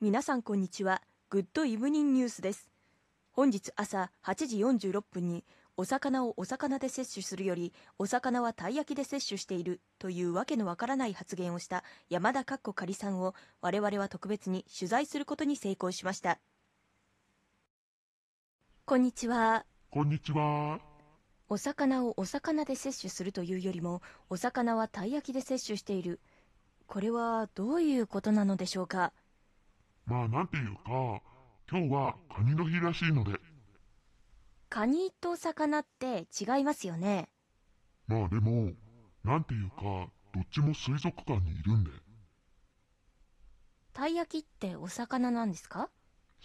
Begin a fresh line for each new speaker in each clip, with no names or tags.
皆さんこんにちは。グッドイブニングニュースです。本日朝8時46分に、お魚をお魚で摂取するより、お魚はたい焼きで摂取しているというわけのわからない発言をした山田かっこかりさんを、我々は特別に取材することに成功しました。こんにちは。
こんにちは。
お魚をお魚で摂取するというよりも、お魚はたい焼きで摂取している。これはどういうことなのでしょうか
まあなんていうか、今日はカニの日らしいので、
カニと魚って違いますよね。
まあでも、なんていうか、どっちも水族館にいるんで、
たい焼きってお魚なんですか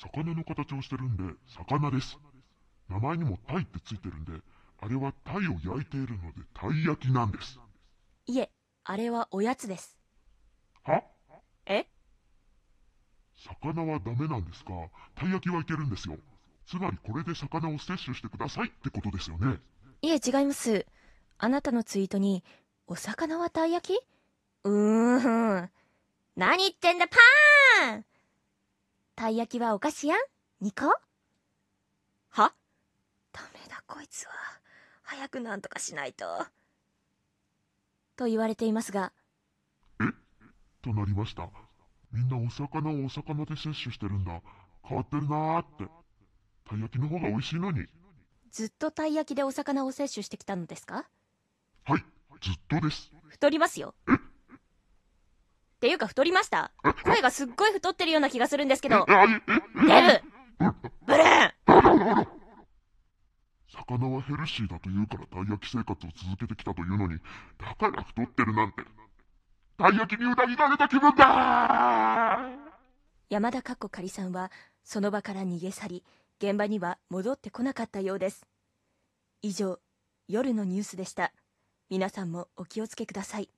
魚の形をしてるんで、魚です。名前にもタイってついてるんで、あれはタイを焼いているので、タイ焼きなんです。
いえ、あれはおやつです。
は
え
魚はダメなんですかタイ焼きはいけるんですよ。つまりこれで魚を摂取してくださいってことですよね。
いえ、違います。あなたのツイートに、お魚はたい焼きうーん。何言ってんだ、パーンたい焼きはお菓子やんニコはダメだ、こいつは。早くなんとかしないと。と言われていますが、
となりました。みんなお魚をお魚で摂取してるんだ。変わってるなーって。たい焼きの方が美味しいのに。
ずっとたい焼きでお魚を摂取してきたのですか
はい、ずっとです。
太りますよ。っていうか太りました声がすっごい太ってるような気がするんですけど。
あいえ
デブブルーン
魚はヘルシーだと言うからたい焼き生活を続けてきたというのに、だから太ってるなんて。たい焼きに裏切られた気分だー
山田かっこかりさんはその場から逃げ去り現場には戻ってこなかったようです以上夜のニュースでした皆さんもお気をつけください